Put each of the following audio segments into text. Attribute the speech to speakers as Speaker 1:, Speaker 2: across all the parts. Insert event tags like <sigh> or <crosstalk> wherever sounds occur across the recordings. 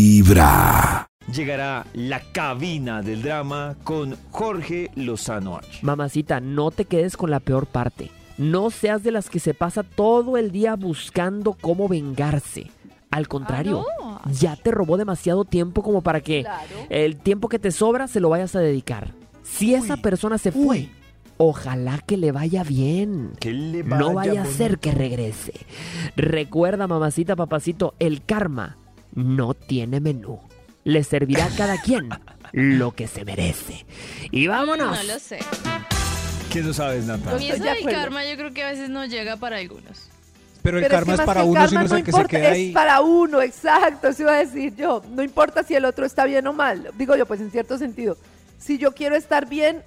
Speaker 1: Vibra.
Speaker 2: Llegará la cabina del drama con Jorge Lozano H.
Speaker 3: Mamacita, no te quedes con la peor parte. No seas de las que se pasa todo el día buscando cómo vengarse. Al contrario,
Speaker 4: Ah, no.
Speaker 3: ya te robó demasiado tiempo como para que el tiempo que te sobra se lo vayas a dedicar. Si esa persona se fue, ojalá que le vaya bien.
Speaker 2: Que le
Speaker 3: No vaya a
Speaker 2: bonito.
Speaker 3: ser que regrese. Recuerda, mamacita, papacito, el karma no tiene menú. Le servirá a
Speaker 2: <laughs>
Speaker 3: cada quien lo que se merece. Y vámonos.
Speaker 4: No lo sé.
Speaker 2: ¿Qué no sabes,
Speaker 4: Con
Speaker 2: Natalia?
Speaker 4: eso
Speaker 5: estoy de
Speaker 4: del
Speaker 5: acuerdo.
Speaker 4: karma yo creo que a veces no llega para algunos.
Speaker 6: Pero el
Speaker 5: Pero
Speaker 6: karma
Speaker 5: que
Speaker 6: es,
Speaker 5: más
Speaker 6: para
Speaker 5: que el
Speaker 6: uno,
Speaker 5: karma
Speaker 6: sino es
Speaker 5: no
Speaker 6: el que se
Speaker 5: importa,
Speaker 6: queda
Speaker 5: es
Speaker 6: ahí.
Speaker 5: para uno, exacto, eso iba a decir yo. No importa si el otro está bien o mal. Digo yo, pues en cierto sentido, si yo quiero estar bien,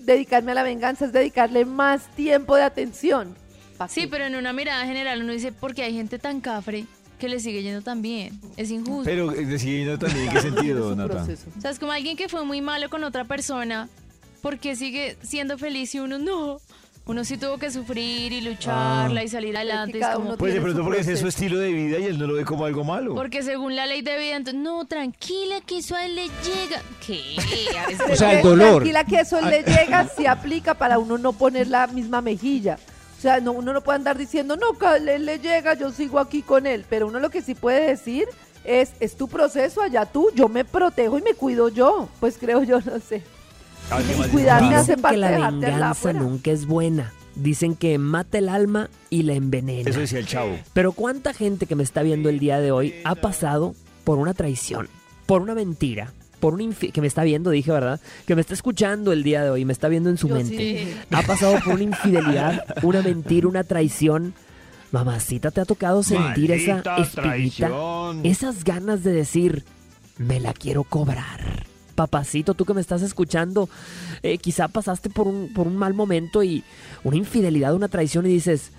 Speaker 5: dedicarme a la venganza es dedicarle más tiempo de atención. ¿Pa'
Speaker 4: Sí,
Speaker 5: qué?
Speaker 4: pero en una mirada general uno dice, porque hay gente tan cafre que le sigue yendo tan bien. Es injusto.
Speaker 2: Pero eh, decidiendo también,
Speaker 5: <laughs>
Speaker 2: ¿qué sentido,
Speaker 5: Es un
Speaker 2: Nata?
Speaker 5: proceso.
Speaker 4: O sea, es como alguien que fue muy malo con otra persona, porque sigue siendo feliz y uno no. Uno sí tuvo que sufrir y lucharla y salir adelante. Es
Speaker 5: cada
Speaker 4: como,
Speaker 5: uno
Speaker 2: Pues de
Speaker 5: tiene
Speaker 2: pronto
Speaker 5: su
Speaker 2: porque ese es su
Speaker 5: proceso.
Speaker 2: estilo de vida y él no lo ve como algo malo.
Speaker 4: porque según la ley de vida, entonces, no, tranquila, que eso a él le llega. ¿Qué? A veces-
Speaker 6: O sea,
Speaker 5: Pero
Speaker 6: el dolor.
Speaker 5: Tranquila que eso le
Speaker 6: <laughs>
Speaker 5: llega si aplica para uno no poner la misma mejilla. O sea, no, uno no puede andar diciendo, no, que le, le llega, yo sigo aquí con él. Pero uno lo que sí puede decir es, es tu proceso, allá tú, yo me protejo y me cuido yo. Pues creo yo, no sé.
Speaker 2: Alguien más dijo,
Speaker 5: Y cuidarme
Speaker 2: "Ah,
Speaker 5: hace
Speaker 3: Dicen que
Speaker 5: parte
Speaker 3: la
Speaker 5: dejarte al lado
Speaker 3: venganza
Speaker 5: afuera.
Speaker 3: nunca es buena. Dicen que mata el alma y la envenena.
Speaker 2: Eso decía el chavo.
Speaker 3: Pero cuánta gente que me está viendo el día de hoy ha pasado por una traición, por una mentira, por un infi- que me está viendo, dije, ¿verdad? Que me está escuchando el día de hoy, me está viendo en su
Speaker 5: Yo
Speaker 3: mente.
Speaker 5: sí.
Speaker 3: Ha pasado por una infidelidad, una mentira, una traición. Mamacita, ¿te ha tocado sentir
Speaker 2: Maldita
Speaker 3: esa espinita?
Speaker 2: traición.
Speaker 3: Esas ganas de decir, me la quiero cobrar. Papacito, tú que me estás escuchando, eh, quizá pasaste por un, por un mal momento y una infidelidad, una traición y dices,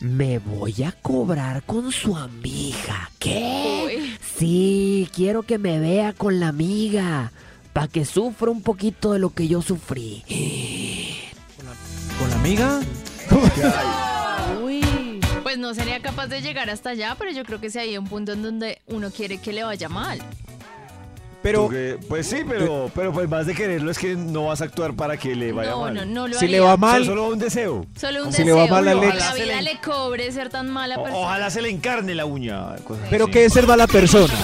Speaker 3: me voy a cobrar con su amiga. ¿Qué?
Speaker 4: <laughs> Uy.
Speaker 3: Sí, quiero que me vea con la amiga. Pa' que sufra un poquito de lo que yo sufrí.
Speaker 6: ¿Con la amiga?
Speaker 5: Uy,
Speaker 4: Pues no sería capaz de llegar hasta allá, pero yo creo que sí hay un punto en donde uno quiere que le vaya mal.
Speaker 2: Tú
Speaker 6: Pero
Speaker 2: que- Pues sí, pero, pero pues más de quererlo es que no vas a actuar para que le vaya
Speaker 4: no,
Speaker 2: mal.
Speaker 4: no, no lo
Speaker 6: si
Speaker 4: haría.
Speaker 6: le va
Speaker 2: O sea,
Speaker 6: mal,
Speaker 2: Solo un deseo.
Speaker 4: Solo un
Speaker 6: si le
Speaker 4: deseo.
Speaker 6: va mal al
Speaker 4: no,
Speaker 6: ex.
Speaker 4: la vida le cobre ser tan mala
Speaker 2: O-
Speaker 4: persona.
Speaker 2: ojalá se le encarne la uña. cosas
Speaker 6: pero
Speaker 2: así.
Speaker 6: ¿qué es ser mala persona?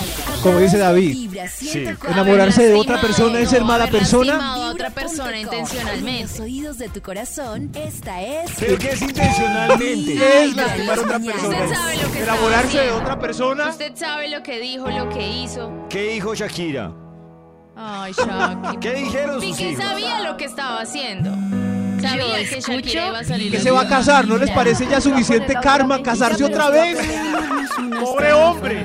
Speaker 6: Como dice David.
Speaker 2: Sí.
Speaker 6: Enamorarse de otra
Speaker 4: Lastimado,
Speaker 6: persona es ser
Speaker 4: no,
Speaker 6: mala
Speaker 4: haber lastimado
Speaker 6: persona.
Speaker 4: A otra persona intencionalmente.
Speaker 7: los oídos de tu corazón, esta es.
Speaker 2: Pero que es intencionalmente.
Speaker 6: Es lastimar a otra
Speaker 4: Usted
Speaker 6: persona.
Speaker 4: sabe lo
Speaker 6: Enamorarse
Speaker 4: que estaba
Speaker 6: de
Speaker 4: haciendo.
Speaker 6: otra persona.
Speaker 4: Usted sabe lo que dijo, lo que hizo.
Speaker 2: ¿Qué dijo Shakira?
Speaker 4: Ay, Shakira.
Speaker 2: ¿Qué dijeron sus
Speaker 4: <laughs> Piqué
Speaker 2: hijos?
Speaker 4: sabía lo que estaba haciendo. Sabía que Shakira iba a salir.
Speaker 6: Que se va a casar, ¿no les parece ya suficiente karma casarse otra vez? ¡Pobre hombre!